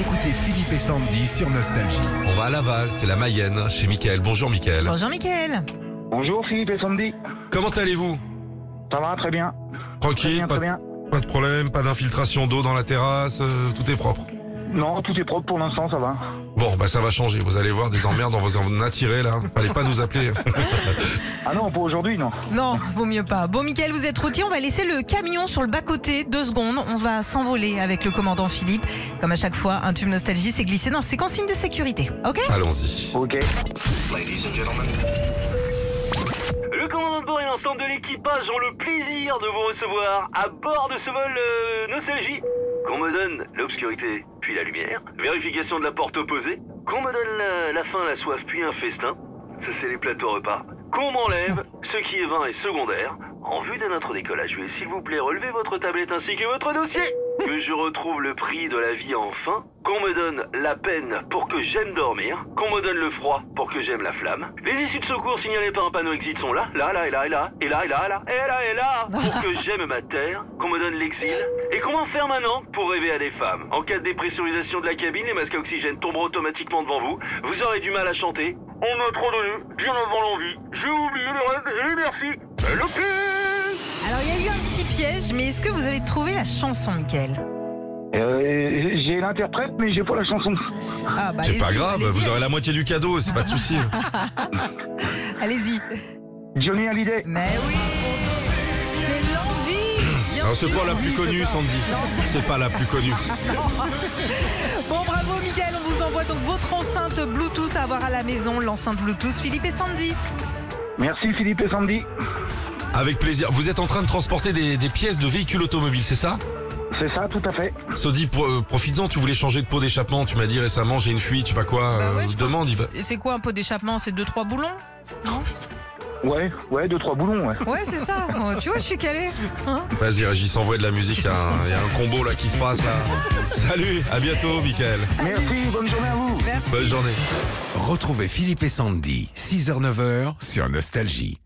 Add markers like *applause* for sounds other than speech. écoutez Philippe et Sandy sur Nostalgie. On va à Laval, c'est la Mayenne, chez Mickaël. Bonjour Mickaël. Bonjour Mickaël. Bonjour Philippe et Sandy. Comment allez-vous Ça va très bien. Très Tranquille, bien, pas, très bien. pas de problème, pas d'infiltration d'eau dans la terrasse, euh, tout est propre. Non, tout est propre pour l'instant, ça va. Bon, bah ça va changer, vous allez voir des emmerdes, on va en attirer là. Fallait pas nous *laughs* appeler. Ah non, pour aujourd'hui, non. Non, vaut mieux pas. Bon Mickaël, vous êtes routier, on va laisser le camion sur le bas-côté deux secondes. On va s'envoler avec le commandant Philippe. Comme à chaque fois, un tube nostalgie s'est glissé dans ses consignes de sécurité. Ok Allons-y. Ok. Le commandant de bord et l'ensemble de l'équipage ont le plaisir de vous recevoir à bord de ce vol euh, nostalgie. Qu'on me donne l'obscurité, puis la lumière. Vérification de la porte opposée. Qu'on me donne la, la faim, la soif, puis un festin. Ça, c'est les plateaux repas. Qu'on m'enlève ce qui est vain et secondaire. En vue de notre décollage, je vais s'il vous plaît relever votre tablette ainsi que votre dossier. Que je retrouve le prix de la vie enfin. Qu'on me donne la peine pour que j'aime dormir. Qu'on me donne le froid pour que j'aime la flamme. Les issues de secours signalées par un panneau exit sont là, là, là, et là, et là, et là, et là, et là, et là, et là. Pour que j'aime ma terre. Qu'on me donne l'exil. Et qu'on m'enferme un an pour rêver à des femmes. En cas de dépressurisation de la cabine, les masques à oxygène tomberont automatiquement devant vous. Vous aurez du mal à chanter. On m'a trop donné, bien avant l'envie. J'ai oublié le rêve et les merci. Le plus Alors il y a eu un petit piège, mais est-ce que vous avez trouvé la chanson Mickaël Euh, j'ai l'interprète, mais j'ai pas la chanson. Ah bah C'est pas allez-y, grave, allez-y, vous aurez la moitié du cadeau, c'est pas de souci. Allez-y. Johnny Hallyday. Mais oui C'est l'envie bien Alors c'est sûr. pas la plus connue, Sandy. C'est pas la plus connue. Bon bravo Mickaël, on vous envoie donc votre enceinte Bluetooth à avoir à la maison, l'enceinte Bluetooth Philippe et Sandy. Merci Philippe et Sandy. Avec plaisir. Vous êtes en train de transporter des, des pièces de véhicules automobiles, c'est ça C'est ça, tout à fait. Sodi, pro- euh, profites-en, tu voulais changer de pot d'échappement, tu m'as dit récemment j'ai une fuite, je sais pas quoi. Bah euh, ouais, je je demande, il va. Et c'est quoi un pot d'échappement C'est deux trois boulons Ouais, ouais, deux, trois boulons, ouais. Ouais, c'est ça. Oh, tu vois, je suis calée. Hein Vas-y Régis, envoie de la musique, il y, a un- il y a un combo là qui se passe là. Salut, à bientôt Michael. Merci, bonne journée à vous. Bonne journée. Retrouvez Philippe et Sandy, 6h-9h sur Nostalgie.